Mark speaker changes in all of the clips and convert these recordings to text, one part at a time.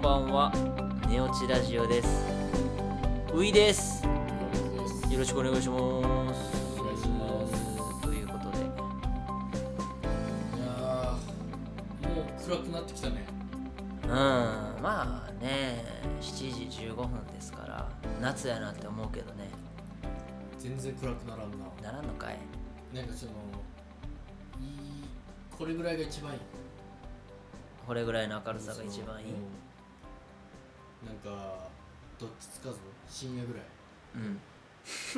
Speaker 1: ばんは寝落ちラジオですういですよろしくお願いします
Speaker 2: お願いします
Speaker 1: ということで
Speaker 2: いやーもう暗くなってきたね
Speaker 1: うんまあね7時15分ですから夏やなって思うけどね
Speaker 2: 全然暗くならんな
Speaker 1: ならんのかい
Speaker 2: なんかそのいいこれぐらいが一番いい
Speaker 1: これぐらいの明るさが一番いい
Speaker 2: うんなんかどっちつかず深夜ぐらい
Speaker 1: うん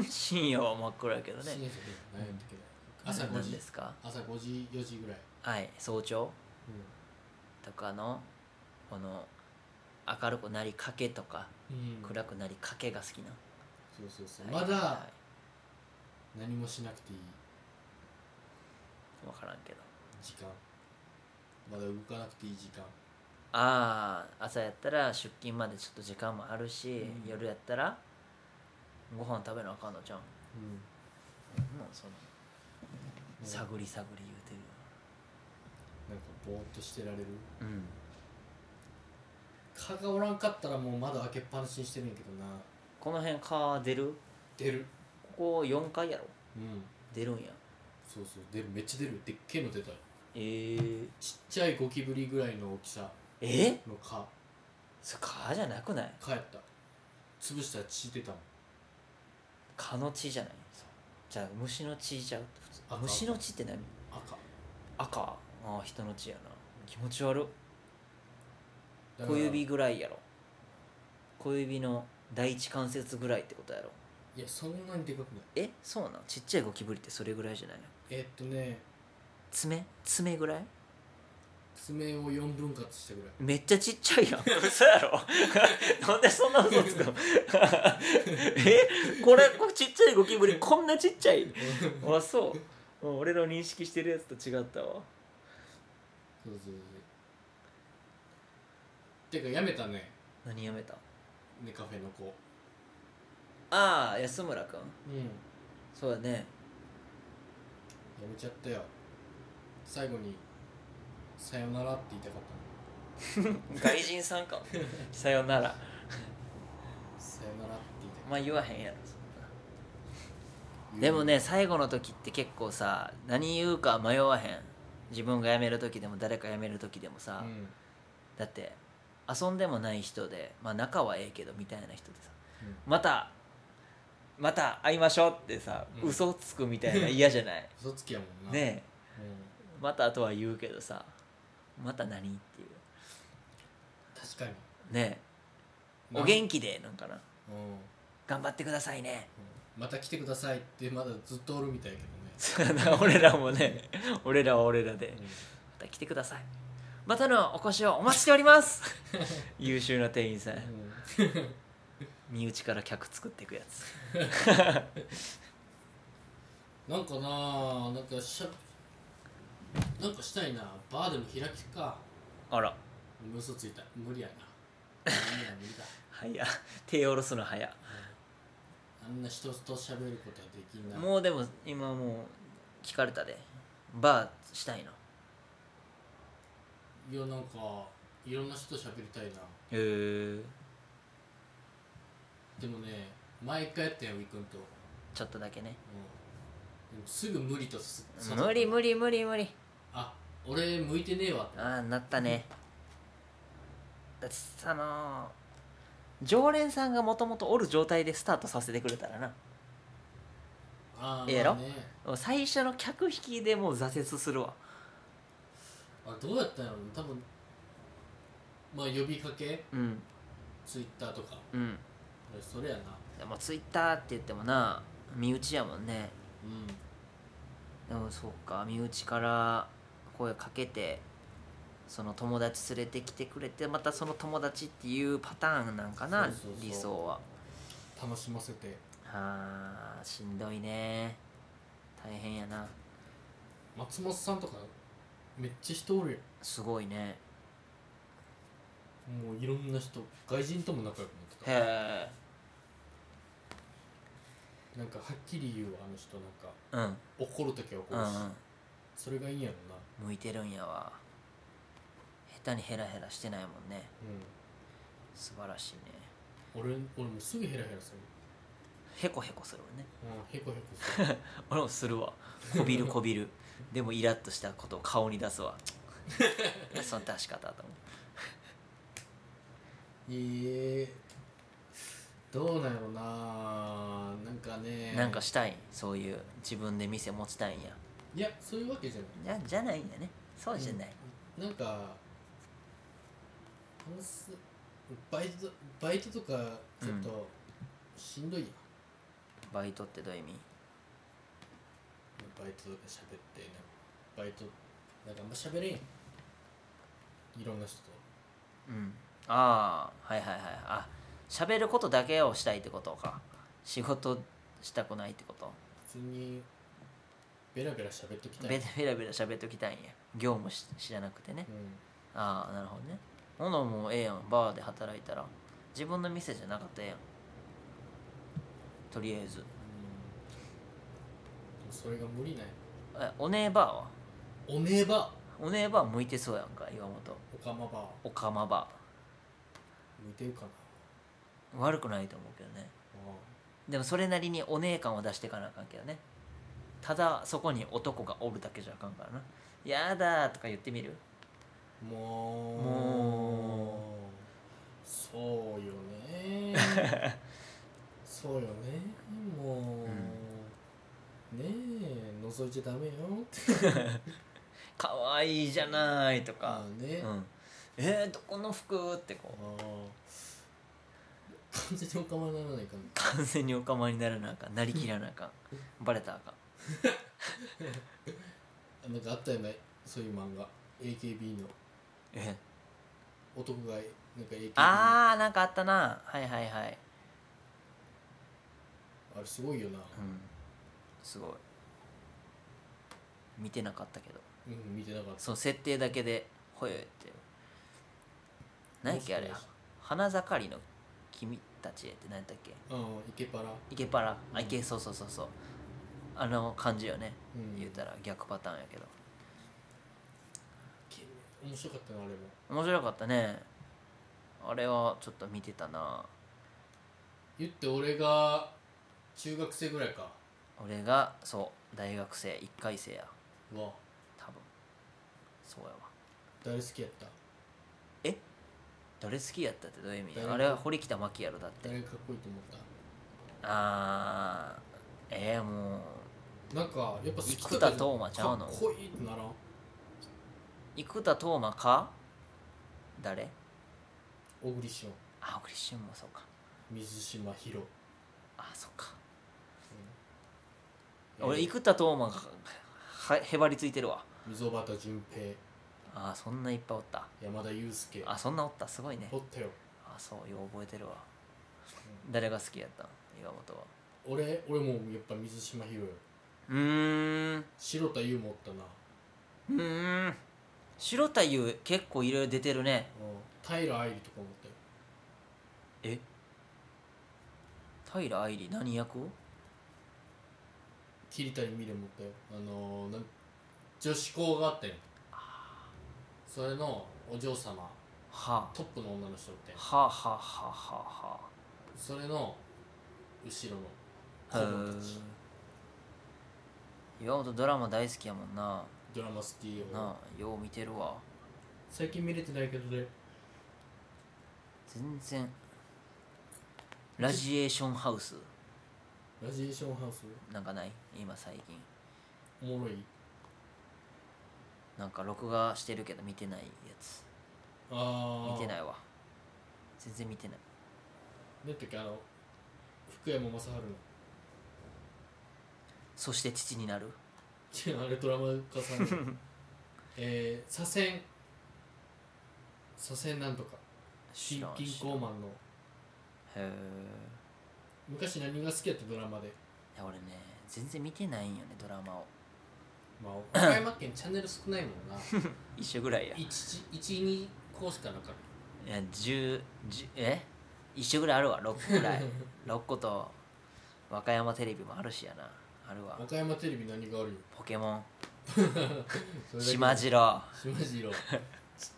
Speaker 1: 深夜は真っ暗やけどね
Speaker 2: 深夜じゃねえないんだけど朝
Speaker 1: な
Speaker 2: 5
Speaker 1: んで
Speaker 2: 時
Speaker 1: すか
Speaker 2: 朝5時4時ぐらい、
Speaker 1: はい早朝
Speaker 2: う
Speaker 1: とかのこの明るくなりかけとか
Speaker 2: ん
Speaker 1: 暗くなりかけが好きな、
Speaker 2: そうそうそう
Speaker 1: は
Speaker 2: ま
Speaker 1: いは
Speaker 2: だ何もしなくていい
Speaker 1: いわからんけど
Speaker 2: 時間まだ動かなくていい時間
Speaker 1: ああ朝やったら出勤までちょっと時間もあるし、
Speaker 2: うん
Speaker 1: 夜やったらご飯食べなあかんのじゃん、
Speaker 2: うん
Speaker 1: もうその
Speaker 2: うん
Speaker 1: 探り探り
Speaker 2: なんかぼーっとしてられる
Speaker 1: 言うてるうん
Speaker 2: 蚊がおらんかったらもう窓開けっぱなしにしてるんやけどな
Speaker 1: この辺蚊出る
Speaker 2: 出る
Speaker 1: ここ4階やろ
Speaker 2: うん
Speaker 1: 出るんや
Speaker 2: そうそう出るめっちゃ出るでっけえの出たよ
Speaker 1: えー、
Speaker 2: ちっちゃいゴキブリぐらいの大きさ
Speaker 1: え
Speaker 2: の蚊
Speaker 1: それ蚊じゃなくない
Speaker 2: 蚊やった潰したら血出たもん
Speaker 1: 蚊の血じゃないじゃあ虫の血じゃう普通
Speaker 2: 赤
Speaker 1: 虫の血って何
Speaker 2: 赤
Speaker 1: 赤ああ人の血やな気持ち悪っ
Speaker 2: だから
Speaker 1: 小指ぐらいやろ小指の第一関節ぐらいってことやろ
Speaker 2: いやそんなにでかくない
Speaker 1: えそうなんちっちゃいゴキブリってそれぐらいじゃないの
Speaker 2: えっとね
Speaker 1: 爪爪ぐらい
Speaker 2: 爪を4分割したぐらい
Speaker 1: めっちゃちっちゃいやん 嘘やろなんでそんな嘘つく のえこれこれちっちゃいゴキブリこんなちっちゃい あそううん俺の認識してるやつと違ったわ
Speaker 2: そうそうそうてかやめたね
Speaker 1: 何やめた
Speaker 2: ねカフェの子
Speaker 1: ああ安村君
Speaker 2: うんや
Speaker 1: そうだね
Speaker 2: めちゃったよ最後に「さよなら」って言いたかったの
Speaker 1: 外人さんか さよなら
Speaker 2: さよならって言いた
Speaker 1: まあ言わへんやろそんなでも、ね最後の時って結構さ何言うか迷わへん自分が辞める時でも誰か辞める時でも
Speaker 2: う
Speaker 1: さ、
Speaker 2: ん
Speaker 1: だって遊んでもない人でまあ仲はええけどみたいな人でさまたまた会いましょうってさ、
Speaker 2: うん
Speaker 1: 嘘つくみたいな嫌じゃない
Speaker 2: 嘘つきやもんな、
Speaker 1: ねえ
Speaker 2: うん
Speaker 1: またとは言うけどさまた何っていう
Speaker 2: 確かに
Speaker 1: ねえ
Speaker 2: ま
Speaker 1: お元気でなんかな
Speaker 2: うんうん
Speaker 1: 頑張ってくださいね
Speaker 2: また来てくださいってまだずっとおるみたいやけ
Speaker 1: そうやな俺らもね俺らは俺らで
Speaker 2: どね、
Speaker 1: また来てくださいまたのお越しをお待ちしております 優秀な店員さん
Speaker 2: うん
Speaker 1: 身内から客作っていくやつ
Speaker 2: なんかなあなんかしゃなんかしたいなバーでも開きか
Speaker 1: あら
Speaker 2: 嘘ついた無理やな無理や無理だ
Speaker 1: 早手下ろすの早
Speaker 2: あんな人と喋ることはできんな
Speaker 1: もうでも今もう聞かれたでバーしたいない
Speaker 2: やなんかいろんな人と喋りたいな
Speaker 1: へえ
Speaker 2: でもね毎回やったよウィ君と、うん、
Speaker 1: ちょっとだけね
Speaker 2: でもすぐ無理とす
Speaker 1: 無理無
Speaker 2: 理
Speaker 1: 理無理無理
Speaker 2: あ俺向いてねえわ
Speaker 1: ああなったねだってその常連さんがもともとおる状態でスタートさせてくれたらな
Speaker 2: あー
Speaker 1: ええやろ
Speaker 2: まあね
Speaker 1: 最初の客引きでもう挫折するわ
Speaker 2: あどうやったんやろ多分まあ呼びかけ
Speaker 1: うん
Speaker 2: ツイッターとか
Speaker 1: うん
Speaker 2: それやな
Speaker 1: でもツイッターって言ってもな身内やもんね
Speaker 2: うん
Speaker 1: でもそうか身内から声かけてその友達連れてきてくれてまたその友達っていうパターンなんかな
Speaker 2: そうそうそう
Speaker 1: 理想は
Speaker 2: 楽しませて
Speaker 1: あーしんどいね大変やな
Speaker 2: 松本さんとかめっちゃ人おるや
Speaker 1: すごいね
Speaker 2: んもういろんな人外人とも仲良くなって
Speaker 1: へえ
Speaker 2: たなんかはっきり言うわあの人なんか
Speaker 1: うんうん
Speaker 2: 怒る時は怒
Speaker 1: う
Speaker 2: るし、
Speaker 1: ん
Speaker 2: それがいいんやろな
Speaker 1: 向いてるんやわ下手にヘラヘラしてないもんね
Speaker 2: う
Speaker 1: 素晴らしいね
Speaker 2: 俺俺もうすぐヘラヘラする
Speaker 1: へこへこするわね
Speaker 2: うんへこへこする
Speaker 1: 俺もするわこびるこびるでもイラッとしたことを顔に出すわその出し方と思
Speaker 2: ええどうなんやろななんかね
Speaker 1: うなんかしたいそういう自分で店持ちたいんや
Speaker 2: いやそういうわけじゃない
Speaker 1: じゃじゃないんやねそうじゃない、
Speaker 2: うんなんか話すバイトバイトとかちょっとしんどいや、
Speaker 1: バイトってどういう意味
Speaker 2: バイトとか喋ってなんかバイトなんかあんま喋れんやんいろんな人と
Speaker 1: うんああはいはいはいあ喋ることだけをしたいってことか仕事したくないってこと
Speaker 2: 普通にベラベラ喋っときたい
Speaker 1: ベラベラベラ喋っときたいんや業務し知らなくてね
Speaker 2: う
Speaker 1: ああなるほどねほなもうええやんバーで働いたら自分の店じゃなかったらええやんとりあえず
Speaker 2: ん、うん、それが無理ない
Speaker 1: えおねえバーは
Speaker 2: おねえば
Speaker 1: おねえバー向いてそうやんか岩本
Speaker 2: おかまば
Speaker 1: おかまバ
Speaker 2: 向いてるかな
Speaker 1: ー悪くないと思うけどね
Speaker 2: あ
Speaker 1: でもそれなりにお姉感を出していかなあかんけどねただそこに男がおるだけじゃあかんからな「やだ」とか言ってみ る
Speaker 2: あもう
Speaker 1: も
Speaker 2: そうよねそうよねもう、ねえ覗いちゃダメよって
Speaker 1: 「かわいいじゃない」と
Speaker 2: か
Speaker 1: か「う
Speaker 2: ね、あ
Speaker 1: ん、えー、どこの服?」ってこう
Speaker 2: あ完全におかまにならないかな
Speaker 1: 完全にお構いにならなあかんなりきらなあかんバレたらあかん
Speaker 2: なんかあったよねそういう漫画 AKB の
Speaker 1: え
Speaker 2: 男がなんか AKB あ
Speaker 1: あーなんかあったなはいはいはい
Speaker 2: れすごいよな
Speaker 1: うんすごい見てなかったけど
Speaker 2: うん見てなかった
Speaker 1: その設定だけで「ほよ」って何やっけあれ
Speaker 2: 面
Speaker 1: 花盛りの君たちへって何やったっけ
Speaker 2: うんイケパラ
Speaker 1: イケパラあイケそうそうそうそうあの感じよね、
Speaker 2: うん
Speaker 1: 言うたら逆パターンやけど
Speaker 2: 面白かったなあれも
Speaker 1: 面白かったねあれはちょっと見てたな
Speaker 2: 言って俺が中学生ぐらいか
Speaker 1: 俺がそう大学生1回生や
Speaker 2: は
Speaker 1: 多分そうやわ
Speaker 2: 誰好きやった
Speaker 1: 誰好きやったってどういう意味
Speaker 2: 誰
Speaker 1: あれは堀北真希やろだって
Speaker 2: 誰がかっこいいと思っ
Speaker 1: あーえー、もう
Speaker 2: たなんかやっぱ好き
Speaker 1: 生田斗真ちゃうの
Speaker 2: かっこいいってならん
Speaker 1: 生田斗真か誰
Speaker 2: 小栗旬
Speaker 1: あ小栗旬もそうか
Speaker 2: 水島ヒロ、
Speaker 1: あそっか
Speaker 2: うん
Speaker 1: 俺
Speaker 2: えー
Speaker 1: 生田斗真がはへばりついてるわ
Speaker 2: 溝端淳平
Speaker 1: あそんないっぱいおった
Speaker 2: 山田裕介
Speaker 1: あそんなおったすごいね
Speaker 2: おったよ
Speaker 1: あそうよう覚えてるわ誰が好きやったん岩本は
Speaker 2: 俺俺もやっぱ水島ヒロよ
Speaker 1: うーん
Speaker 2: 白田優もおったな、
Speaker 1: うーん白田優結構いろいろ出てるね
Speaker 2: うん、平愛理とかもおったよ
Speaker 1: え平愛梨何役
Speaker 2: 桐谷美玲もおったよあのー、なん女子校があったよそれのお嬢様
Speaker 1: は
Speaker 2: トップの女の人おった
Speaker 1: あ
Speaker 2: よ
Speaker 1: はあはあはあは
Speaker 2: それの後ろの
Speaker 1: あはあ
Speaker 2: 子供たち
Speaker 1: 岩本ドラマ大好きやもんな
Speaker 2: ドラマ好きよ
Speaker 1: なあよう見てるわ
Speaker 2: 最近見れてないけどね
Speaker 1: 全然ラジエーションハウス
Speaker 2: ラジエーションハウス
Speaker 1: なんかない今最近
Speaker 2: おもろい
Speaker 1: なんか録画してるけど見てないやつ
Speaker 2: ああ
Speaker 1: 見てないいわ全然見てない
Speaker 2: だったっけあの福山雅治
Speaker 1: そして父になる
Speaker 2: のあれドラマ化さ んのえー、左遷左遷なんとか
Speaker 1: 知
Speaker 2: 新
Speaker 1: らん
Speaker 2: 銀
Speaker 1: 知らん
Speaker 2: 行マンの
Speaker 1: へえ
Speaker 2: 昔何が好きやったドラマで
Speaker 1: いや俺ね全然見てないんよねドラマを
Speaker 2: まあ岡山県チャンネル少ないもんな
Speaker 1: 一緒ぐらいや
Speaker 2: 12個しかなかっ
Speaker 1: いや10 10え一緒ぐらいあるわ6ぐら い6個と和歌山テレビもあるしやなあるわ
Speaker 2: た岡山テレビ何があるよ
Speaker 1: ポケモン
Speaker 2: それだけ
Speaker 1: 島次郎
Speaker 2: 島次郎ちっ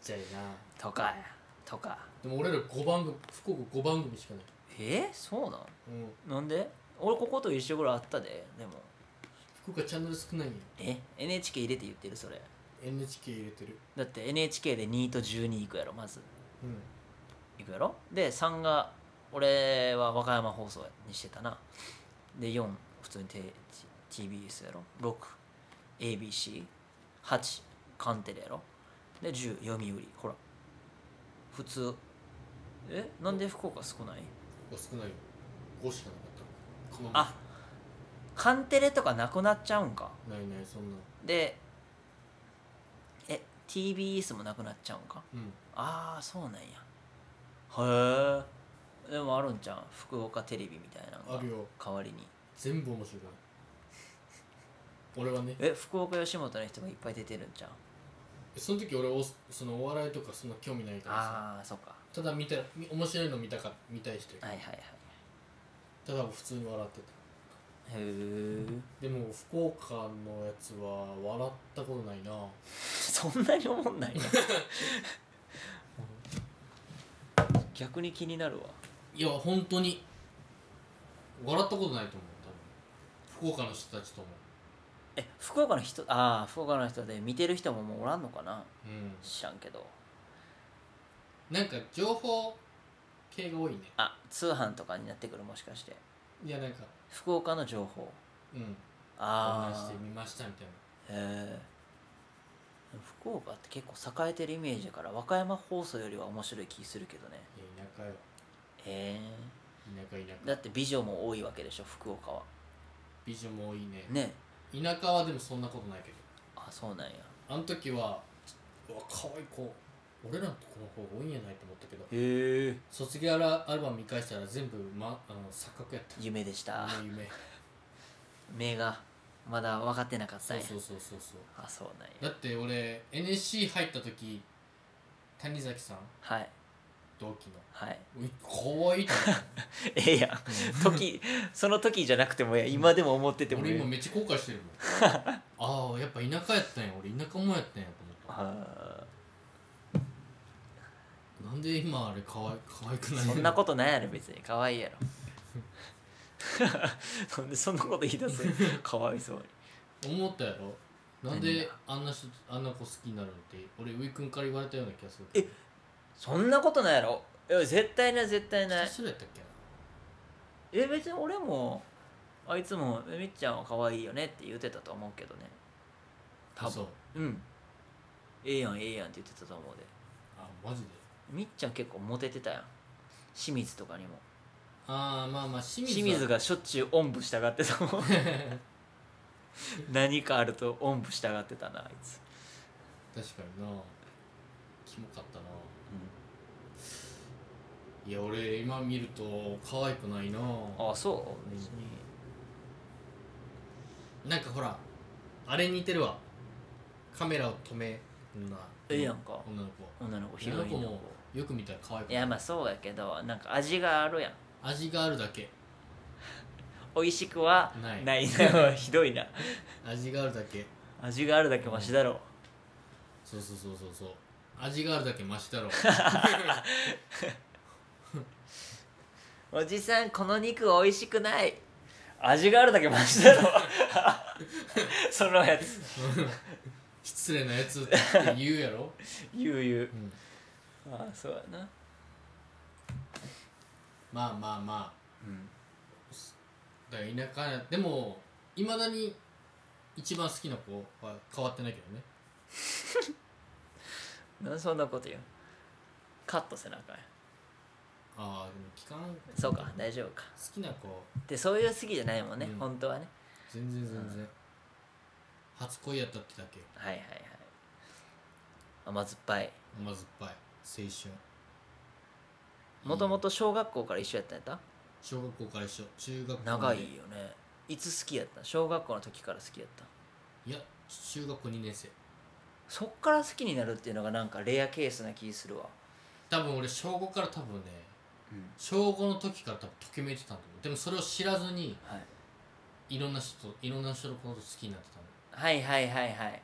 Speaker 2: ちゃいな
Speaker 1: とかやとか
Speaker 2: でも俺ら5番組福岡5番組しかない、
Speaker 1: えそうなん
Speaker 2: うん、
Speaker 1: なんで俺ここと一緒ぐらいあったででも
Speaker 2: 福岡チャンネル少ないんよ
Speaker 1: え NHK 入れて言ってるそれ
Speaker 2: NHK 入れてる
Speaker 1: だって NHK で2と12いくやろまず
Speaker 2: うん
Speaker 1: いくやろで3が俺は和歌山放送にしてたなで4普通に T- TBS やろ 6ABC8 カンテレやろで10読売ほら普通えなんで福岡少ない
Speaker 2: 福岡少ないよ5しかなかった熊本
Speaker 1: あカンテレとかなくなっちゃうんか
Speaker 2: ないないそんな
Speaker 1: でえ TBS もなくなっちゃうんか
Speaker 2: うん
Speaker 1: ああそうなんやへえでもあるんじゃん福岡テレビみたいなの
Speaker 2: あ
Speaker 1: が
Speaker 2: るよ
Speaker 1: 代わりに
Speaker 2: 全部面白いから俺はね
Speaker 1: え福岡吉本の人がいっぱい出てるんじゃん
Speaker 2: その時俺おそのお笑いとかそんな興味ないからさ
Speaker 1: ああーそっか
Speaker 2: ただ見たみ面白いの見たか見たい人や
Speaker 1: はいはいはいへ
Speaker 2: ただ普通に笑ってた
Speaker 1: え
Speaker 2: でも福岡のやつは笑ったことないな
Speaker 1: そんなに思んないな 逆に気になるわ
Speaker 2: いや本当に笑ったことないと思う多分福岡の人たちとも
Speaker 1: え福岡の人ああ福岡の人で見てる人ももうおらんのかな
Speaker 2: うん
Speaker 1: 知らんけど
Speaker 2: なんか情報系が多いね
Speaker 1: あ通販とかになってくるもしかして
Speaker 2: いやなんか
Speaker 1: 福岡の情報
Speaker 2: うん
Speaker 1: あ
Speaker 2: 話
Speaker 1: あ
Speaker 2: してみましたみたいな
Speaker 1: へえ福岡って結構栄えてるイメージだから和歌山放送よりは面白い気するけどね
Speaker 2: いや田舎よ
Speaker 1: へ
Speaker 2: 田
Speaker 1: え
Speaker 2: 舎田
Speaker 1: だ
Speaker 2: 舎
Speaker 1: って美女も多いわけでしょ福岡は
Speaker 2: 美女も多いね
Speaker 1: ね
Speaker 2: 田舎はでもそんなことないけど
Speaker 1: あそうなんや
Speaker 2: あの時はうわ可愛い子俺らのとこの方が多いんやないと思ったけど
Speaker 1: へえ
Speaker 2: 卒業アルアルバム見返したら全部、ま、あの錯覚やった
Speaker 1: 夢でした
Speaker 2: 夢夢
Speaker 1: 目がまだ分かってなかった
Speaker 2: そ
Speaker 1: ん
Speaker 2: う
Speaker 1: や
Speaker 2: そうそうそうそう
Speaker 1: あそうなん
Speaker 2: だ
Speaker 1: や
Speaker 2: って俺 NSC 入った時谷崎さん
Speaker 1: はい
Speaker 2: 同期
Speaker 1: はい
Speaker 2: のうい可愛いと思っ
Speaker 1: ええやん時その時じゃなくてもええやん今でも思ってて
Speaker 2: て
Speaker 1: も
Speaker 2: 俺
Speaker 1: ええ
Speaker 2: 今めっちゃ後悔してる もんああやっぱ田舎やったんや俺田舎もんやったんやと思った
Speaker 1: あ
Speaker 2: なんで今あれ可愛可愛く
Speaker 1: ー
Speaker 2: ない
Speaker 1: そんなことないやろ別に可愛いや ろなんでそんなこと言い出すのかわいそうに
Speaker 2: 思ったやろなん
Speaker 1: 何
Speaker 2: で
Speaker 1: が
Speaker 2: あんな人あんな子好きになるのって俺ウイ君から言われたような気がする
Speaker 1: えそんなことないやろいや絶対ない絶対ない
Speaker 2: 久しぶりやったっけな
Speaker 1: え別に俺もあいつもえみっちゃんは可愛いよねって言ってたと思うけどね多分
Speaker 2: そう
Speaker 1: うんええやんええやんって言ってたと思うで
Speaker 2: あマジで
Speaker 1: みっちゃん結構モテてたやん清水とかにも
Speaker 2: ああまあまあ清水
Speaker 1: 清水
Speaker 2: は
Speaker 1: がしょっちゅうおんぶしたがってた もん何かあるとおんぶしたがってたなあいつ、
Speaker 2: 確かになキモかったないや俺今見ると可愛くないな
Speaker 1: ああそう別に
Speaker 2: なんかほらあれ似てるわカメラを止めんな
Speaker 1: ええやんか
Speaker 2: 女の子
Speaker 1: 女の子ヒ
Speaker 2: 女
Speaker 1: ロ
Speaker 2: の
Speaker 1: イ
Speaker 2: 子
Speaker 1: ンの
Speaker 2: も
Speaker 1: 子
Speaker 2: よく見たら可愛く
Speaker 1: い
Speaker 2: ない
Speaker 1: やまあそうやけどなんか味があるやん
Speaker 2: 味があるだけ
Speaker 1: 美味しくは
Speaker 2: ない
Speaker 1: ないなひどいな
Speaker 2: 味があるだけ
Speaker 1: 味があるだけマシだろ
Speaker 2: そうそうそうそうそう味があるだけマ シだろ
Speaker 1: おじさんこの肉美味しくない味があるだけマシだろそのやつ
Speaker 2: 失礼なやつって言うやろ、
Speaker 1: 言う言う
Speaker 2: うん、
Speaker 1: ああそうやな
Speaker 2: まあまあま
Speaker 1: うん
Speaker 2: あだから田舎やでもいまだに一番好きな子は変わってないけどね
Speaker 1: なんでそんなこと言うカットせなあかんや
Speaker 2: ああでも期間好
Speaker 1: そうか大丈夫か
Speaker 2: きな子
Speaker 1: でそういう好きじゃないもんね、
Speaker 2: うん
Speaker 1: 本当はね
Speaker 2: 全然全然、初恋やったってだけよ
Speaker 1: はいはいはい甘酸っぱい
Speaker 2: 甘酸っぱい青春
Speaker 1: もともと小学校から一緒やったんやった
Speaker 2: 小学校から一緒中学校ま
Speaker 1: 長
Speaker 2: で
Speaker 1: いよねいつ好きやった小学校の時から好きやった
Speaker 2: いや中学校2年生
Speaker 1: そっから好きになるっていうのがなんかレアケースな気するわ
Speaker 2: 多分俺小5から多分ね
Speaker 1: うん
Speaker 2: 小5の時から多分ときめいてたんだよでもそれを知らずに
Speaker 1: はい
Speaker 2: いろんな人といろんな人のこと好きになってたの
Speaker 1: はいはいはいはい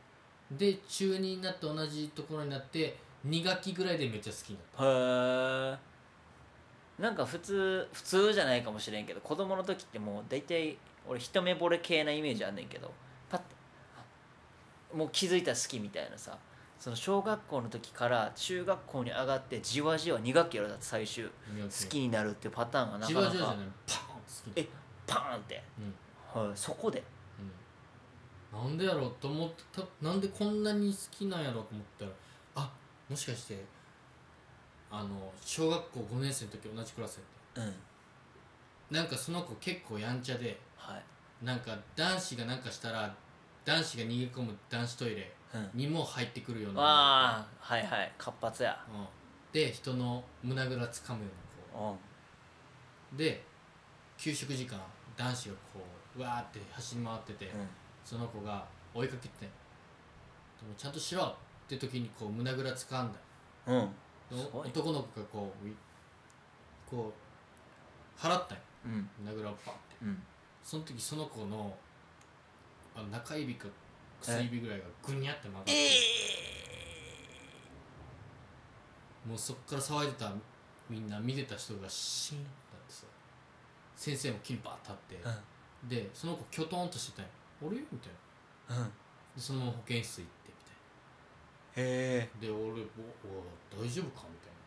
Speaker 2: で中2になって同じところになって2学期ぐらいでめっちゃ好きになっ
Speaker 1: へえんか普通普通じゃないかもしれんけど子供の時ってもう大体俺一目惚れ系なイメージあんねんけどパッてあもう気づいたら好きみたいなさその小学校の時から中学校に上がってじわじわ2学期やろだって最終好
Speaker 2: た好
Speaker 1: きになるっていうパターンがな
Speaker 2: じ
Speaker 1: かな
Speaker 2: わ
Speaker 1: か
Speaker 2: じわじゃないパーン好きにな
Speaker 1: え
Speaker 2: る
Speaker 1: パーンって、はい、そこで
Speaker 2: うん、なんでやろうと思ってたなんでこんなに好きなんやろうと思ったらあもしかしてあの小学校5年生の時同じクラスやっ
Speaker 1: うん
Speaker 2: たなんかその子結構やんちゃで
Speaker 1: はい
Speaker 2: なんか男子がなんかしたら男子が逃げ込む男子トイレ
Speaker 1: うん
Speaker 2: にも入ってくるような、
Speaker 1: ああはいはい活発や
Speaker 2: うん、で人の胸ぐらつかむような
Speaker 1: うん
Speaker 2: 子で給食時間男子がこううわーって走り回ってて、その子が追いかけて「でもちゃんとしろ!」って時にこう胸ぐらつかんだ
Speaker 1: うんうん
Speaker 2: です
Speaker 1: ごい
Speaker 2: 男の子がこうういこう払ったんよ
Speaker 1: うん
Speaker 2: 胸ぐらをバンって
Speaker 1: うん
Speaker 2: その時その子のあの中指か薬指ぐらいがぐにゃって曲がってもうそっから騒いでたみんな見てた人がシーンってなってさ先生もキンパーって立って、でその子きょとんとしてたんよ「あれ?」みたいな
Speaker 1: うんへ
Speaker 2: でそのまま保健室行ってみたいな
Speaker 1: え
Speaker 2: で俺おお大丈夫かみたいな、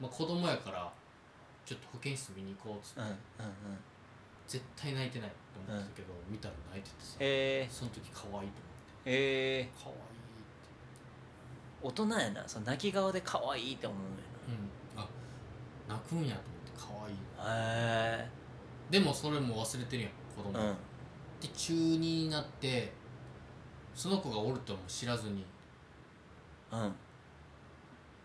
Speaker 2: まあ、子供やからちょっと保健室見に行こうっつって、
Speaker 1: うんうんうん
Speaker 2: 絶対泣いてないと思ってたけど、見たら泣いててさ、
Speaker 1: へえ
Speaker 2: その時可愛いと
Speaker 1: へえ
Speaker 2: 思って可愛い
Speaker 1: 大人やなその泣き顔で可愛いって思う
Speaker 2: ってうんあ泣くんやと思って可愛い
Speaker 1: のよへ
Speaker 2: でもそれも忘れてるやん子供、
Speaker 1: えうん
Speaker 2: で中2になってその子がおるとも知らずに
Speaker 1: うん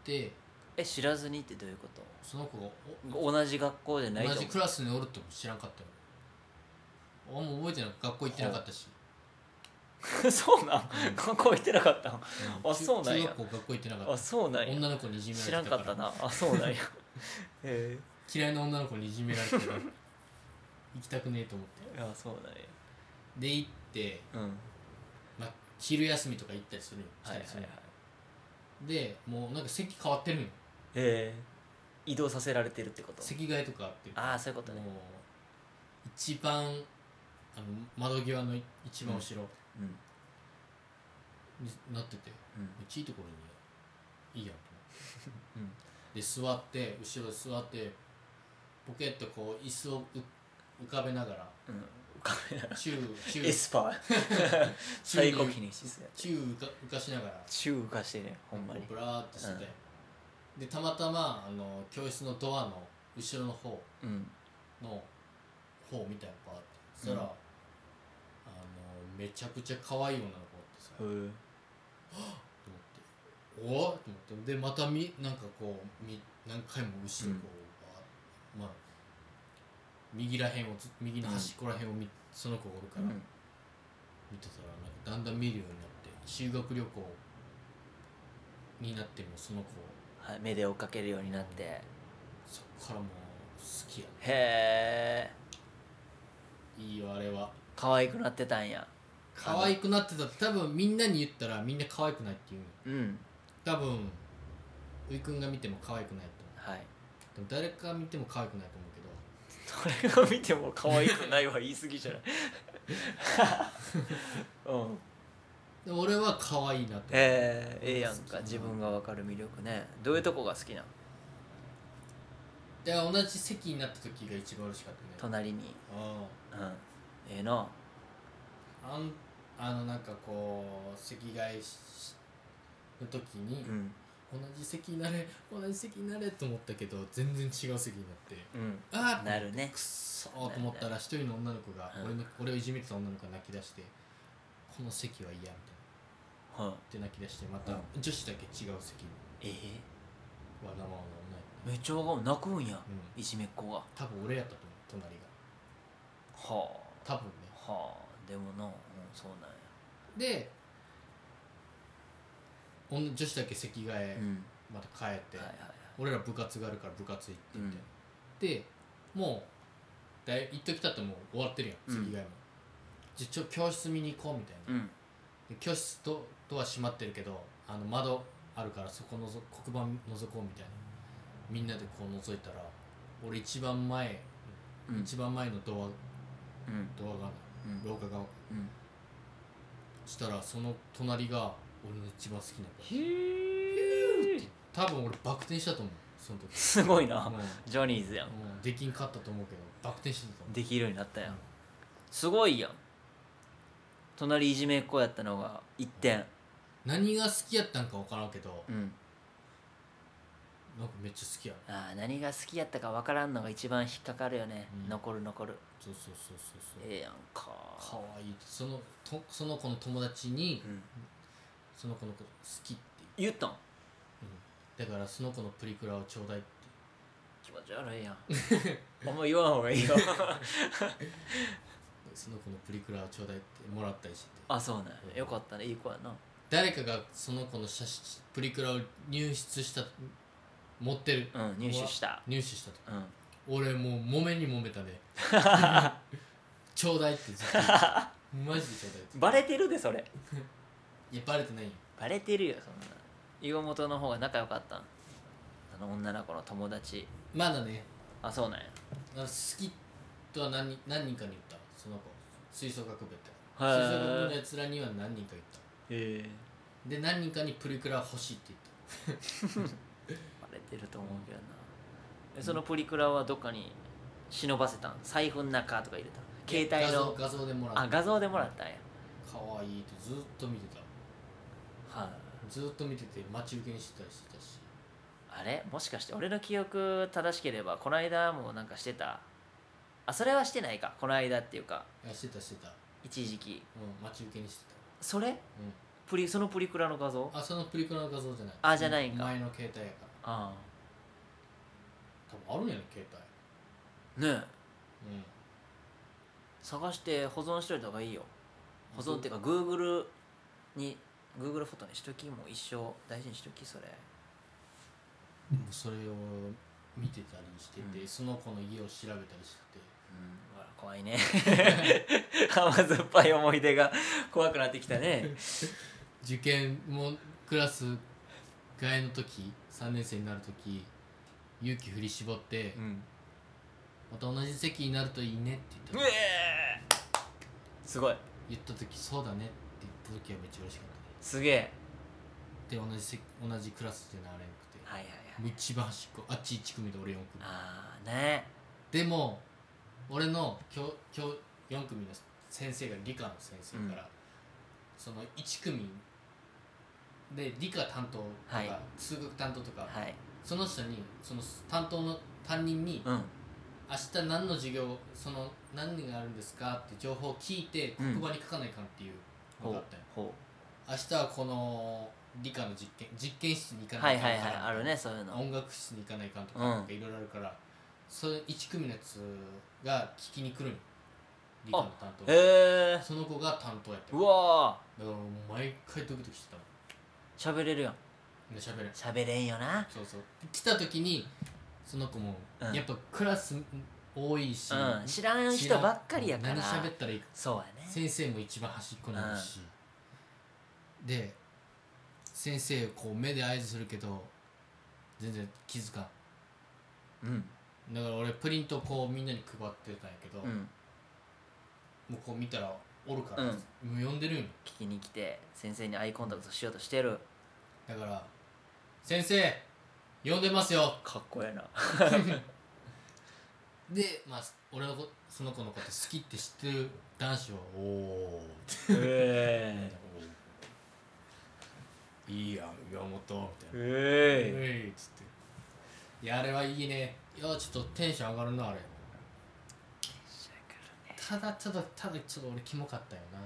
Speaker 2: で
Speaker 1: え知らずにってどういうこと
Speaker 2: その子が
Speaker 1: 同じ学校じゃ
Speaker 2: お
Speaker 1: ない
Speaker 2: 同
Speaker 1: と
Speaker 2: じ
Speaker 1: 思
Speaker 2: クラスにおるとも知らんかったよあんま覚えてない学校行ってなかったし
Speaker 1: う そうなん
Speaker 2: うん
Speaker 1: 学校行ってなかった
Speaker 2: うん
Speaker 1: あそうなんや
Speaker 2: 中学校学校行ってなか
Speaker 1: あ
Speaker 2: っ
Speaker 1: そうな
Speaker 2: た
Speaker 1: んや
Speaker 2: 女の子にいじめられて
Speaker 1: 知らんかったなあそうなんやへ
Speaker 2: 嫌いな女の子にいじめられてたから行きたくねえと思って
Speaker 1: えあそうなんや
Speaker 2: で行って、
Speaker 1: うん
Speaker 2: まあ、昼休みとか行ったりするよ
Speaker 1: はいはい
Speaker 2: した
Speaker 1: は
Speaker 2: り
Speaker 1: い
Speaker 2: するでもうなんか席変わってるのよ
Speaker 1: へえ移動させられてるってこと
Speaker 2: 席替えとかあってる
Speaker 1: ああそういうことね
Speaker 2: もう一番あの窓際の一番後ろ
Speaker 1: うん
Speaker 2: になってて、
Speaker 1: うん
Speaker 2: めっちゃいいところにいいやんと思っ
Speaker 1: う
Speaker 2: て
Speaker 1: ん
Speaker 2: で座って後ろで座ってポケットこう椅子をう浮かべながら
Speaker 1: うん浮かべな
Speaker 2: 宙宙
Speaker 1: エス パー最高記念室や
Speaker 2: 宙浮か浮かしながら
Speaker 1: 宙浮かしてねほんまに
Speaker 2: こうブラーってしてて、でたまたまあの教室のドアの後ろの方
Speaker 1: うん
Speaker 2: の方みたいなのがあってそしたら、
Speaker 1: うん
Speaker 2: あのめちゃくちゃ可愛い女の子がおってさ、
Speaker 1: へえ
Speaker 2: と思っておっと思ってでまたみなんかこうみ何回も後ろこう、まあ右らへんをず右の端っこらへんを見、その子がおるから、
Speaker 1: うん
Speaker 2: 見てたらなんかだんだん見るようになって修学旅行になってもその子
Speaker 1: はい、目で追っかけるようになってへ
Speaker 2: そっからもう好きやね
Speaker 1: え
Speaker 2: いいよあれは
Speaker 1: 可愛くなってたんや
Speaker 2: 可愛くなってた多分みんなに言ったらみんな可愛くないって言う
Speaker 1: う
Speaker 2: よ
Speaker 1: ん
Speaker 2: 多分ういくんが見ても可愛くないと
Speaker 1: はい
Speaker 2: 思うでも誰か見ても可愛くないと思うけど
Speaker 1: 誰が見ても可愛くないは言い過ぎじゃない うん
Speaker 2: でも俺は可愛いなと思う
Speaker 1: えー、ええやんか自分が分かる魅力ねどういうとこが好きなの
Speaker 2: で同じ席になった時が一番嬉しかったね
Speaker 1: 隣に
Speaker 2: うん
Speaker 1: うんええな
Speaker 2: あんあのなんかこう席替えしの時に、
Speaker 1: うん
Speaker 2: 同じ席になれ同じ席になれと思ったけど全然違う席になって
Speaker 1: うん
Speaker 2: ああ
Speaker 1: なるね
Speaker 2: くっそーと思ったら一人の女の子が
Speaker 1: うん
Speaker 2: 俺の俺をいじめてた女の子が泣き出してこの席は嫌みたいな
Speaker 1: は
Speaker 2: って泣き出してまた
Speaker 1: う
Speaker 2: 女子だけ違う席に
Speaker 1: いえ
Speaker 2: わがままな
Speaker 1: えめっちゃわかん泣くんや
Speaker 2: 女やったうん
Speaker 1: いじめっ子が
Speaker 2: 多分俺やったと思う隣が
Speaker 1: は
Speaker 2: 多分ね
Speaker 1: あはあでもな、うん、そうなんや
Speaker 2: で女女子だけ席替え
Speaker 1: うん
Speaker 2: また帰って、
Speaker 1: はいはいはい
Speaker 2: 俺ら部活があるから部活行ってみたいな
Speaker 1: う、
Speaker 2: でもうだい一時経ってもう終わってるやん
Speaker 1: うん
Speaker 2: 席替えも、じゃちょ教室見に行こうみたいな、
Speaker 1: うん
Speaker 2: で教室ドドア閉まってるけどあの窓あるからそこのぞ黒板覗こうみたいなみんなでこう覗いたら俺一番前
Speaker 1: うん
Speaker 2: 一番前のドア
Speaker 1: うん
Speaker 2: ドアが
Speaker 1: うん
Speaker 2: 廊下が
Speaker 1: うん
Speaker 2: したらその隣が俺の一番好きな子
Speaker 1: へー
Speaker 2: 多分俺バク転したと思うその時
Speaker 1: すごいな
Speaker 2: もう
Speaker 1: ジャニーズやん
Speaker 2: もうできんかったと思うけどバク転してたと思う
Speaker 1: できるようになったや
Speaker 2: うん
Speaker 1: んすごいやん隣いじめっ子やったのが1点
Speaker 2: 何が好きやったんか分からんけど
Speaker 1: うん
Speaker 2: なんかめっちゃ好きや
Speaker 1: あー何が好きやったか分からんのが一番引っかかるよね、
Speaker 2: うん
Speaker 1: 残る残る
Speaker 2: そうそうそうそうそう
Speaker 1: ええやんか
Speaker 2: かわいいそのとその子の友達に
Speaker 1: うん
Speaker 2: その子のこと好きって言
Speaker 1: 言ったん
Speaker 2: うだからその子のプリクラをちょうだいって
Speaker 1: 気持ち悪いや んあんま言わん方がいい よ
Speaker 2: その子のプリクラをちょうだいってもらったりしてて
Speaker 1: あそうなんやよかったねいい子やな
Speaker 2: 誰かがその子の写真プリクラを入室した持ってる
Speaker 1: うん入手した
Speaker 2: 入手したと
Speaker 1: うん
Speaker 2: 俺もう揉めに揉めた ねちょうだいってずっと言うマジでちょうだいって
Speaker 1: バレてるでそれ
Speaker 2: いやバレてないよ
Speaker 1: バレてるよそんな岩本の方が仲良かったんあの女の子の友達
Speaker 2: まだね
Speaker 1: あそうなんや
Speaker 2: あの好きとは何人何人かに言ったその子吹奏楽部やった
Speaker 1: へ
Speaker 2: ら
Speaker 1: ー
Speaker 2: 吹奏楽部のやつらには何人か言った
Speaker 1: へえ
Speaker 2: で何人かにプリクラ欲しいって言った
Speaker 1: バレてると思うけどなえそのプリクラはどっかに忍ばせたん財布の中とか入れたん携帯の
Speaker 2: 画像画像でもら
Speaker 1: あ
Speaker 2: った
Speaker 1: 画像でもらったんや
Speaker 2: かわいいってずっと見てた
Speaker 1: はい、
Speaker 2: ずっと見てて待ち受けにしてたりしてたし
Speaker 1: あれもしかして俺の記憶正しければこの間もなんかしてたあそれはしてないかこの間っていうか
Speaker 2: あしてたしてた
Speaker 1: 一時期
Speaker 2: うん待ち受けにしてた
Speaker 1: それ
Speaker 2: うん
Speaker 1: プリそのプリクラの画像あ
Speaker 2: あそのプリクラの画像じゃない
Speaker 1: あじゃないんか
Speaker 2: 前の携帯やから
Speaker 1: あ
Speaker 2: 多分あるんやね携
Speaker 1: ねえ
Speaker 2: 帯うん
Speaker 1: 探して保存しといた方がいいよ保存っていうか Google に Google フォトにしときもう一生大事にしときそれ
Speaker 2: もうそれを見てたりしてて、
Speaker 1: うん
Speaker 2: その子の家を調べたりしてて
Speaker 1: うん、わ怖いね甘酸っぱい思い出が怖くなってきたね
Speaker 2: 受験もクラス替えの時3年生になる時勇気振り絞って、
Speaker 1: ん
Speaker 2: また同じ席になるといいねっ
Speaker 1: う
Speaker 2: て言った,、
Speaker 1: えーすごい
Speaker 2: 言った時そうだねって言った時はめっちゃ嬉しかった
Speaker 1: すげえ
Speaker 2: ねで同じ席同じクラスじゃなれなくて
Speaker 1: はいはいはい
Speaker 2: もう一番端っこあっち1組で俺4組
Speaker 1: ああね
Speaker 2: でも俺の今日今日4組の先生が理科の先生から、その1組で理科担当とか、
Speaker 1: はい
Speaker 2: 数学担当とか、
Speaker 1: はい
Speaker 2: その人にその担当の担任に、
Speaker 1: うん
Speaker 2: 明日何の授業その何があるんですかって情報を聞いて
Speaker 1: う
Speaker 2: 黒
Speaker 1: ん
Speaker 2: 板に書かないかんっていうの
Speaker 1: ほ
Speaker 2: があ
Speaker 1: う
Speaker 2: ったよ、
Speaker 1: ほ
Speaker 2: 明日はこの理科の実験実験室に行
Speaker 1: う
Speaker 2: かな
Speaker 1: はいい
Speaker 2: か
Speaker 1: は
Speaker 2: ん
Speaker 1: いはい
Speaker 2: から
Speaker 1: あるねそういうの
Speaker 2: 音楽室に行かないかんとか
Speaker 1: うん
Speaker 2: なんかいろいろあるから、それ1組のやつが聞きに来るんよ理科の担当
Speaker 1: へえ
Speaker 2: その子が担当やって
Speaker 1: ー、う
Speaker 2: だか
Speaker 1: わ
Speaker 2: らもう毎回ドキドキしてたも
Speaker 1: ー喋れるやん
Speaker 2: んで喋れん
Speaker 1: 喋れんよな
Speaker 2: そうそう来た時にその子も、
Speaker 1: うん
Speaker 2: やっぱクラス多いし、
Speaker 1: うん知らん人ばっかりやから
Speaker 2: 何喋ったらいいか
Speaker 1: そうやね
Speaker 2: 先生も一番端っこにいるし、で先生こう目で合図するけど全然気づかん
Speaker 1: うん
Speaker 2: だから俺プリントこうみんなに配ってたんやけど、
Speaker 1: うん
Speaker 2: もうこう見たらおるから、
Speaker 1: うん
Speaker 2: もう呼んでるんよ
Speaker 1: 聞きに来て先生にアイコンタクトしようとしてる
Speaker 2: だから「先生呼んでますよ
Speaker 1: かっこええな」
Speaker 2: で、まあ、俺のこその子のこと好きって知ってる男子は「おお」って
Speaker 1: え
Speaker 2: 「いいやん岩本」みたいな
Speaker 1: え
Speaker 2: 「
Speaker 1: え
Speaker 2: えい」っつって「いやあれはいいねいやちょっとテンション上がるなあれ」ただただただちょっと俺キモかったよな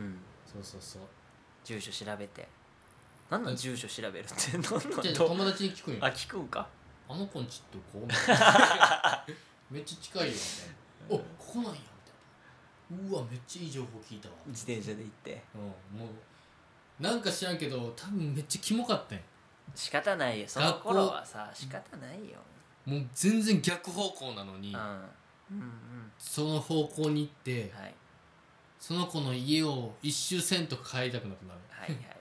Speaker 1: うん
Speaker 2: そうそうそう
Speaker 1: 住所調べて何なん住所調べるって何なん
Speaker 2: じゃあ
Speaker 1: ど
Speaker 2: 友達に聞くん
Speaker 1: あ
Speaker 2: よ
Speaker 1: 聞くんか
Speaker 2: 「あの子んちってこう?みたいな」 めっちゃ近いよ」みたいな「おここなんや」みたいな「うわめっちゃいい情報聞いたわ」
Speaker 1: 自転車で行って
Speaker 2: うんもうなんか知らんけど多分めっちゃキモかったんよ
Speaker 1: 仕方ないよその頃はさ仕方ないよ
Speaker 2: もう全然逆方向なの
Speaker 1: う
Speaker 2: に
Speaker 1: んうんうん
Speaker 2: その方向に行って
Speaker 1: はい
Speaker 2: その子の家を一周せんと帰りたくなくなる
Speaker 1: はいはいはい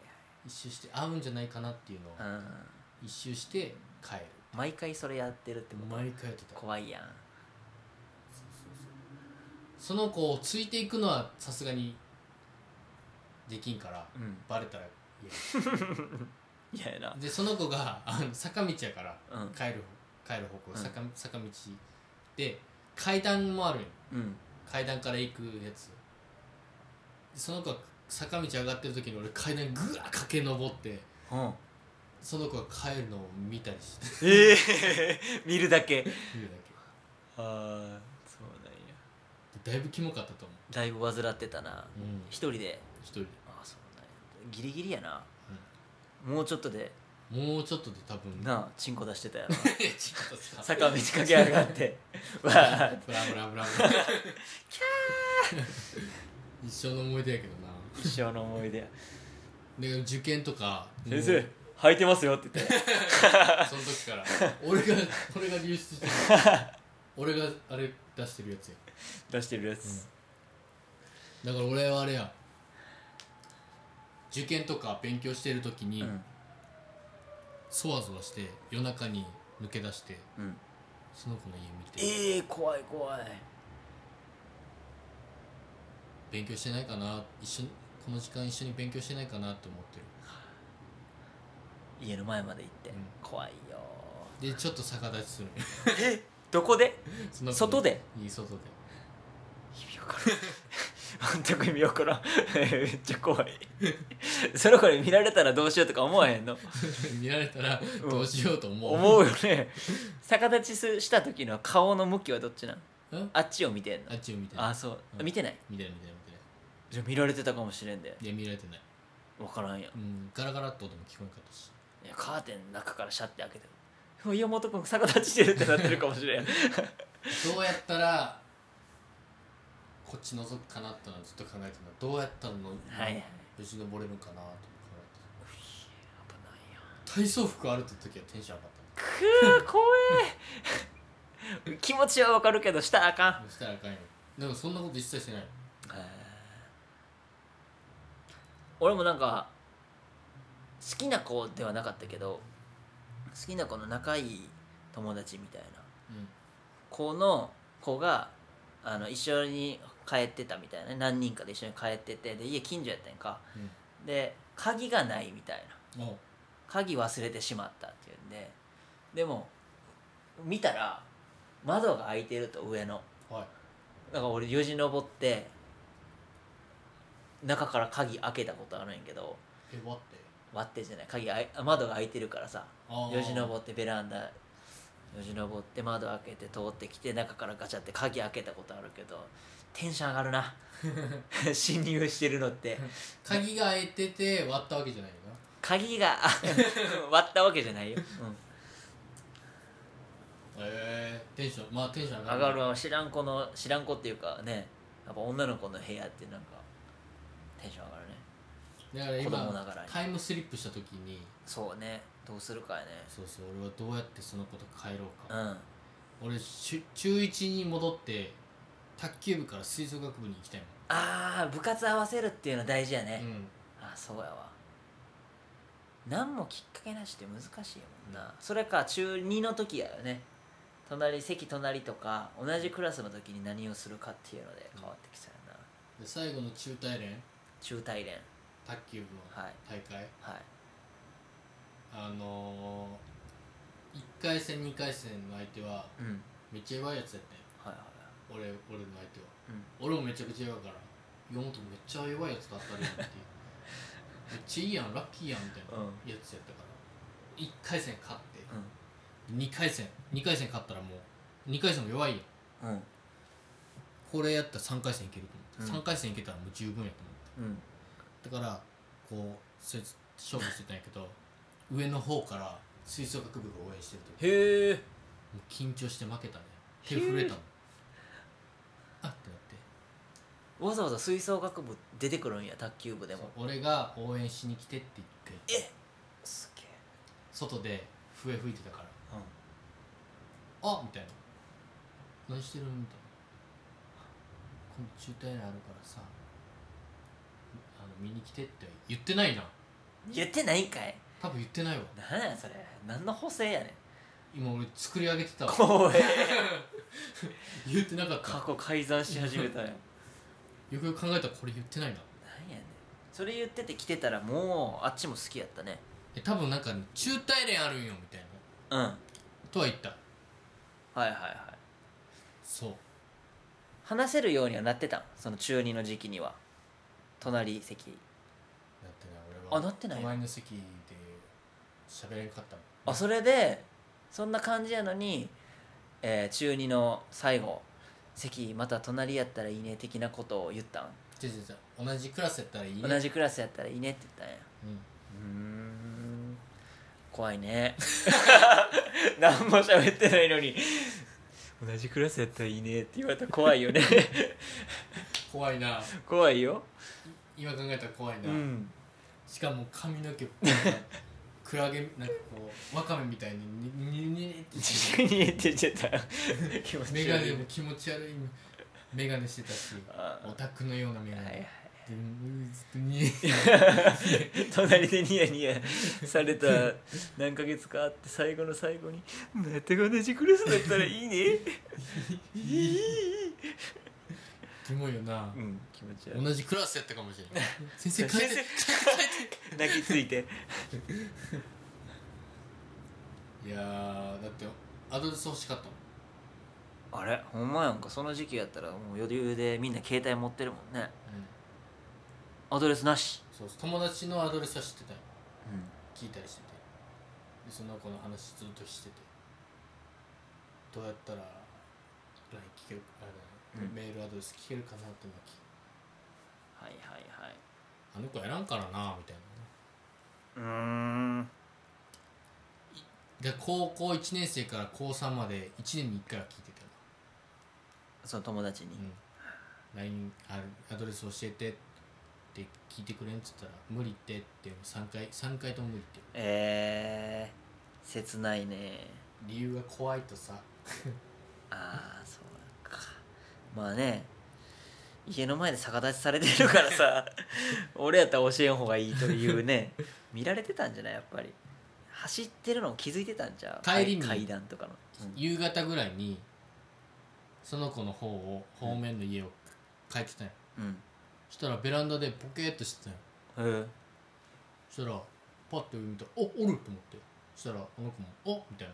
Speaker 2: 一周して合うんじゃないかなっていうのを
Speaker 1: うん
Speaker 2: 一周して帰る
Speaker 1: 毎回それやってるってこと
Speaker 2: 毎回やってた
Speaker 1: 怖いやん
Speaker 2: その子をついていくのはさすがにできんから
Speaker 1: うん
Speaker 2: バレたら嫌
Speaker 1: 嫌やな
Speaker 2: でその子があの坂道やから
Speaker 1: うん
Speaker 2: 帰る帰る方
Speaker 1: うん
Speaker 2: 向坂,、坂道で階段もあるんよ
Speaker 1: うん
Speaker 2: 階段から行くやつその子が坂道上がってる時に俺階段ぐわー駆け上って
Speaker 1: うん
Speaker 2: その子が帰るのを見たりして
Speaker 1: ええ見るだけ
Speaker 2: 見る
Speaker 1: あ
Speaker 2: だ
Speaker 1: あそうなんや
Speaker 2: けだいぶキモかったと思
Speaker 1: だいぶ患ってたな
Speaker 2: う、うん、
Speaker 1: 一人で
Speaker 2: 一人で、
Speaker 1: ああそうなんやギリギリやなもうちょっとで
Speaker 2: うん、もうちょっとで多分
Speaker 1: なあチンコ出してたやろ
Speaker 2: ちょっとさ
Speaker 1: 坂道駆け上が ってわあ
Speaker 2: ブラブラブラブラキャー一生の思い出やけどな
Speaker 1: 一生の思い出や
Speaker 2: で受験とか
Speaker 1: 先
Speaker 2: もう
Speaker 1: 生履いてますよって言って
Speaker 2: その時から俺が俺が流 出してる俺があれ出してるやつや
Speaker 1: 出してるやつ
Speaker 2: だから俺はあれや受験とか勉強してる時
Speaker 1: う
Speaker 2: に、
Speaker 1: ん
Speaker 2: そわそわして夜中に抜け出して
Speaker 1: うん
Speaker 2: その子の家見て
Speaker 1: ええ怖い怖い
Speaker 2: 勉強してないかな一緒にこの時間一緒に勉強してないかなって思って
Speaker 1: 家の前まで行って
Speaker 2: うん
Speaker 1: 怖いよ
Speaker 2: るでちょっと逆立ちする
Speaker 1: えどこで
Speaker 2: その子の
Speaker 1: 外で
Speaker 2: いい外で
Speaker 1: 意味わからん全く意味わからんめっちゃ怖いその子に見られたらどうしようとか思わへんの
Speaker 2: 見られたら
Speaker 1: うん
Speaker 2: どうしようと思う、
Speaker 1: 思うよね逆立ちすした時の顔の向きはどっちなん
Speaker 2: ん
Speaker 1: あっちを見てんの
Speaker 2: あっちを見てない
Speaker 1: あそう、
Speaker 2: うん
Speaker 1: 見てない
Speaker 2: 見てない見てない見てない
Speaker 1: じゃあ見られてたかもしれんで
Speaker 2: いや見られてない、
Speaker 1: わからんやん
Speaker 2: うん、ガラガラっと音も聞こえなかったし
Speaker 1: いやカーテン中からシャッて開けて「岩本君逆立ちしてる」ってなってるかもし れん
Speaker 2: どうやったらこっち覗くかなってのはずっと考えてたどうやったらの、
Speaker 1: はいはい
Speaker 2: 無事登れるかなと思って考
Speaker 1: 危ないよ
Speaker 2: えてた体操服あるって時はテンション上がった
Speaker 1: くー怖え気持ちはわかるけどしたらあかん
Speaker 2: そしたらあかんよでもそんなこと一切してない
Speaker 1: 俺もなんか好きな子ではなかったけど好きな子の仲いい友達みたいな
Speaker 2: うん
Speaker 1: 子の子があの一緒に帰ってたみたいなね何人かで一緒に帰っててで家近所やったんやんかで鍵がないみたいな
Speaker 2: うんも
Speaker 1: 鍵忘れてしまったっていうんででも見たら窓が開いてると上の
Speaker 2: うはい
Speaker 1: だから俺よじ登って中から鍵開けたことあるんやけど
Speaker 2: えわって
Speaker 1: 割ってじゃない鍵あい窓が開いてるからさ
Speaker 2: あ
Speaker 1: よじ登ってベランダよじ登って窓開けて通ってきて中からガチャって鍵開けたことあるけどテンション上がるな 侵入してるのって
Speaker 2: 鍵が開いてて割ったわけじゃないよな
Speaker 1: 鍵が あ割ったわけじゃないよ、
Speaker 2: えー、テンションまあテンション
Speaker 1: う
Speaker 2: 上
Speaker 1: ん、
Speaker 2: が
Speaker 1: 上
Speaker 2: る
Speaker 1: がるわ知らん子の知らん子っていうかねやっぱ女の子の部屋ってなんかテンション上がるね
Speaker 2: だから
Speaker 1: 子供な
Speaker 2: 今
Speaker 1: がらに
Speaker 2: タイムスリップした時に
Speaker 1: そうねどうするかやね
Speaker 2: そうそう俺はどうやってその子と帰ろう
Speaker 1: う
Speaker 2: か、
Speaker 1: ん
Speaker 2: 俺しゅ中1に戻って卓球部から吹奏楽部に行きたいもん
Speaker 1: あー部活合わせるっていうの大事やね、
Speaker 2: うん
Speaker 1: あそうやわ何もきっかけなしって難しいもんなそれか中2の時やよね隣席隣とか同じクラスの時に何をするかっていうので変わってきちゃうな
Speaker 2: で最後の中大連
Speaker 1: 中大連
Speaker 2: 卓球部の
Speaker 1: はい
Speaker 2: 大会、
Speaker 1: はい
Speaker 2: あのー、1回戦2回戦の相手は
Speaker 1: うん
Speaker 2: めっちゃ弱いやつやった
Speaker 1: はいはい
Speaker 2: んよ俺俺の相手は
Speaker 1: うん
Speaker 2: 俺もめちゃくちゃ弱いから岩本めっちゃ弱いやつだったりやん っていうめっちゃいいやんラッキーやんみたいな
Speaker 1: うん
Speaker 2: やつやったから1回戦勝って
Speaker 1: う
Speaker 2: 2回戦2回戦勝ったらもう2回戦も弱いやん
Speaker 1: んうん
Speaker 2: これやったら3回戦いけると思って、
Speaker 1: うん
Speaker 2: 3回戦いけたらもう十分やと思って
Speaker 1: うん
Speaker 2: だからこうそいつ勝負してたんやけど上の方から吹奏楽部が応援してる時
Speaker 1: へえ
Speaker 2: もう緊張して負けたね手震えたもんあってなって
Speaker 1: わざわざ吹奏楽部出てくるんや卓球部で
Speaker 2: そう
Speaker 1: も
Speaker 2: 俺が応援しに来てって言って
Speaker 1: えすげえ
Speaker 2: 外で笛吹いてたから
Speaker 1: う
Speaker 2: あみたいな何してるみたいな今度中退あるからさあの見に来てって言ってないな
Speaker 1: 言ってないんかい
Speaker 2: 多分言ってないわ
Speaker 1: なんやそれ何の補正やねん
Speaker 2: 今俺作り上げてたわ
Speaker 1: 怖え
Speaker 2: 言ってなかった
Speaker 1: 過去改ざんし始めたよ
Speaker 2: よくよく考えたらこれ言ってないな
Speaker 1: なんやねんそれ言ってて来てたらもうあっちも好きやったね
Speaker 2: え多分なんかね中大連あるんよみたいな
Speaker 1: うんはい
Speaker 2: とは言った
Speaker 1: はいはい
Speaker 2: そう
Speaker 1: 話せるようにはなってたんその中二の時期には隣席
Speaker 2: なってない俺
Speaker 1: あなってない
Speaker 2: 隣の席で喋れんかったもん
Speaker 1: あそれでそんな感じやのに、えー中二の最後席また隣やったらいいね的なことを言ったん
Speaker 2: 違う違う違う同じクラスやったらいいね
Speaker 1: 同じクラスやったらいいねって言ったんや
Speaker 2: うん
Speaker 1: うーん怖いね 何も喋ってないのに同じクラスやったらいいねって言われたら怖いよね
Speaker 2: 怖いな
Speaker 1: 怖いよ
Speaker 2: 今考えたら怖いうな、
Speaker 1: ん
Speaker 2: しかも髪の毛クラゲなんかこうワカメみたいにににににって
Speaker 1: 自分に言ってちゃった気持
Speaker 2: 眼
Speaker 1: ち悪
Speaker 2: 鏡
Speaker 1: い
Speaker 2: も気持ち悪い眼鏡してたし
Speaker 1: あ
Speaker 2: オタクのような眼
Speaker 1: はい
Speaker 2: 鏡
Speaker 1: は
Speaker 2: で
Speaker 1: いう
Speaker 2: ーずっとに
Speaker 1: 隣でニヤニヤされた何ヶ月かあって最後の最後に「また同じクラスだったらいいね」いいいいいい
Speaker 2: キモいよな
Speaker 1: うん気持ち悪い
Speaker 2: 同じクラスやったかもし れない先生
Speaker 1: 先
Speaker 2: 帰って
Speaker 1: 生泣きついて
Speaker 2: いやーだってアドレス欲しかったもん
Speaker 1: あれほんまやんかその時期やったらもう余裕でみんな携帯持ってるもんね
Speaker 2: うん
Speaker 1: アドレスなし、
Speaker 2: そう友達のアドレスは知ってたよ
Speaker 1: うん、
Speaker 2: 聞いたりしててでその子の話ずっとしててどうやったら LINE 聞けるあれ、
Speaker 1: うん
Speaker 2: メールアドレス聞けるかなって思って
Speaker 1: はいはいはい
Speaker 2: あの子やらんからなみたいなね
Speaker 1: うーん
Speaker 2: で高校1年生から高3まで1年に1回は聞いてたよ
Speaker 1: その友達に、
Speaker 2: うん、LINE あアドレス教えてって聞いてくれんっつったら無理ってって3回3回とも無理って
Speaker 1: えー、切ないね
Speaker 2: 理由が怖いとさ
Speaker 1: ああそうかまあね家の前で逆立ちされてるから さ俺やったら教えん方がいいというね見られてたんじゃないやっぱり走ってるのも気づいてたんじゃう
Speaker 2: 帰りに
Speaker 1: 階段とかの、うん
Speaker 2: 夕方ぐらいにその子の方を方面の家を帰ってたんよ、
Speaker 1: うん
Speaker 2: そしたらベランダでポケーっとしてたんよ
Speaker 1: うん
Speaker 2: そしたらパッと見たら「おおる!」と思ってそしたらこの子も「おみたいな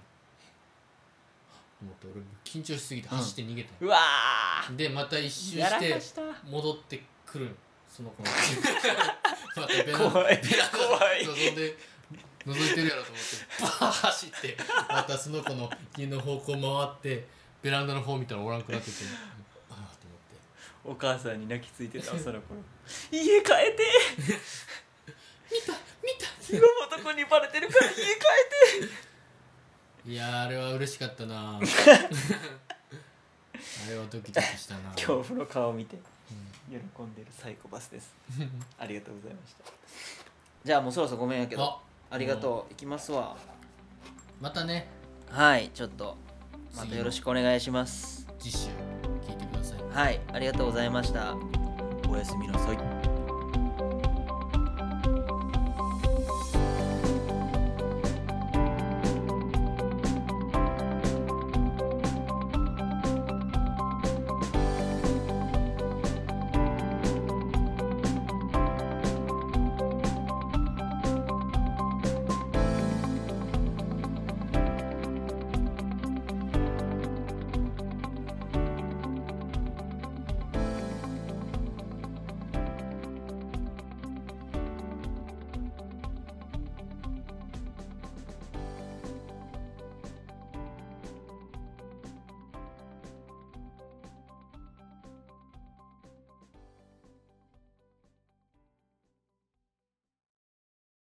Speaker 2: 思って俺緊張しすぎて走って逃げたんよ、
Speaker 1: うわ
Speaker 2: でまた一周
Speaker 1: ーや
Speaker 2: し
Speaker 1: ら
Speaker 2: て
Speaker 1: かした
Speaker 2: 戻ってくるんその子 のまたベランダ
Speaker 1: 怖い
Speaker 2: ベランダ
Speaker 1: 怖い
Speaker 2: 覗んで覗いてるやろと思ってバーッ走ってまたその子の家の方向回ってベランダの方見たらおらんくなっててああと思って
Speaker 1: お母さんに泣きついて たわその頃家帰って
Speaker 2: 見た
Speaker 1: 今も男にバレてるから家帰って
Speaker 2: いやーあれは嬉しかっ たなあれはドキドキしたな
Speaker 1: 恐怖の顔を見て喜んでるサイコパス ですありがとうございましたじゃあもうそろそろごめんやけど
Speaker 2: あ
Speaker 1: ありがとう行きますわ
Speaker 2: またね
Speaker 1: はいちょっとまたよろしくお願いします
Speaker 2: 次週聞いてください
Speaker 1: はいありがとうございましたおやすみなさい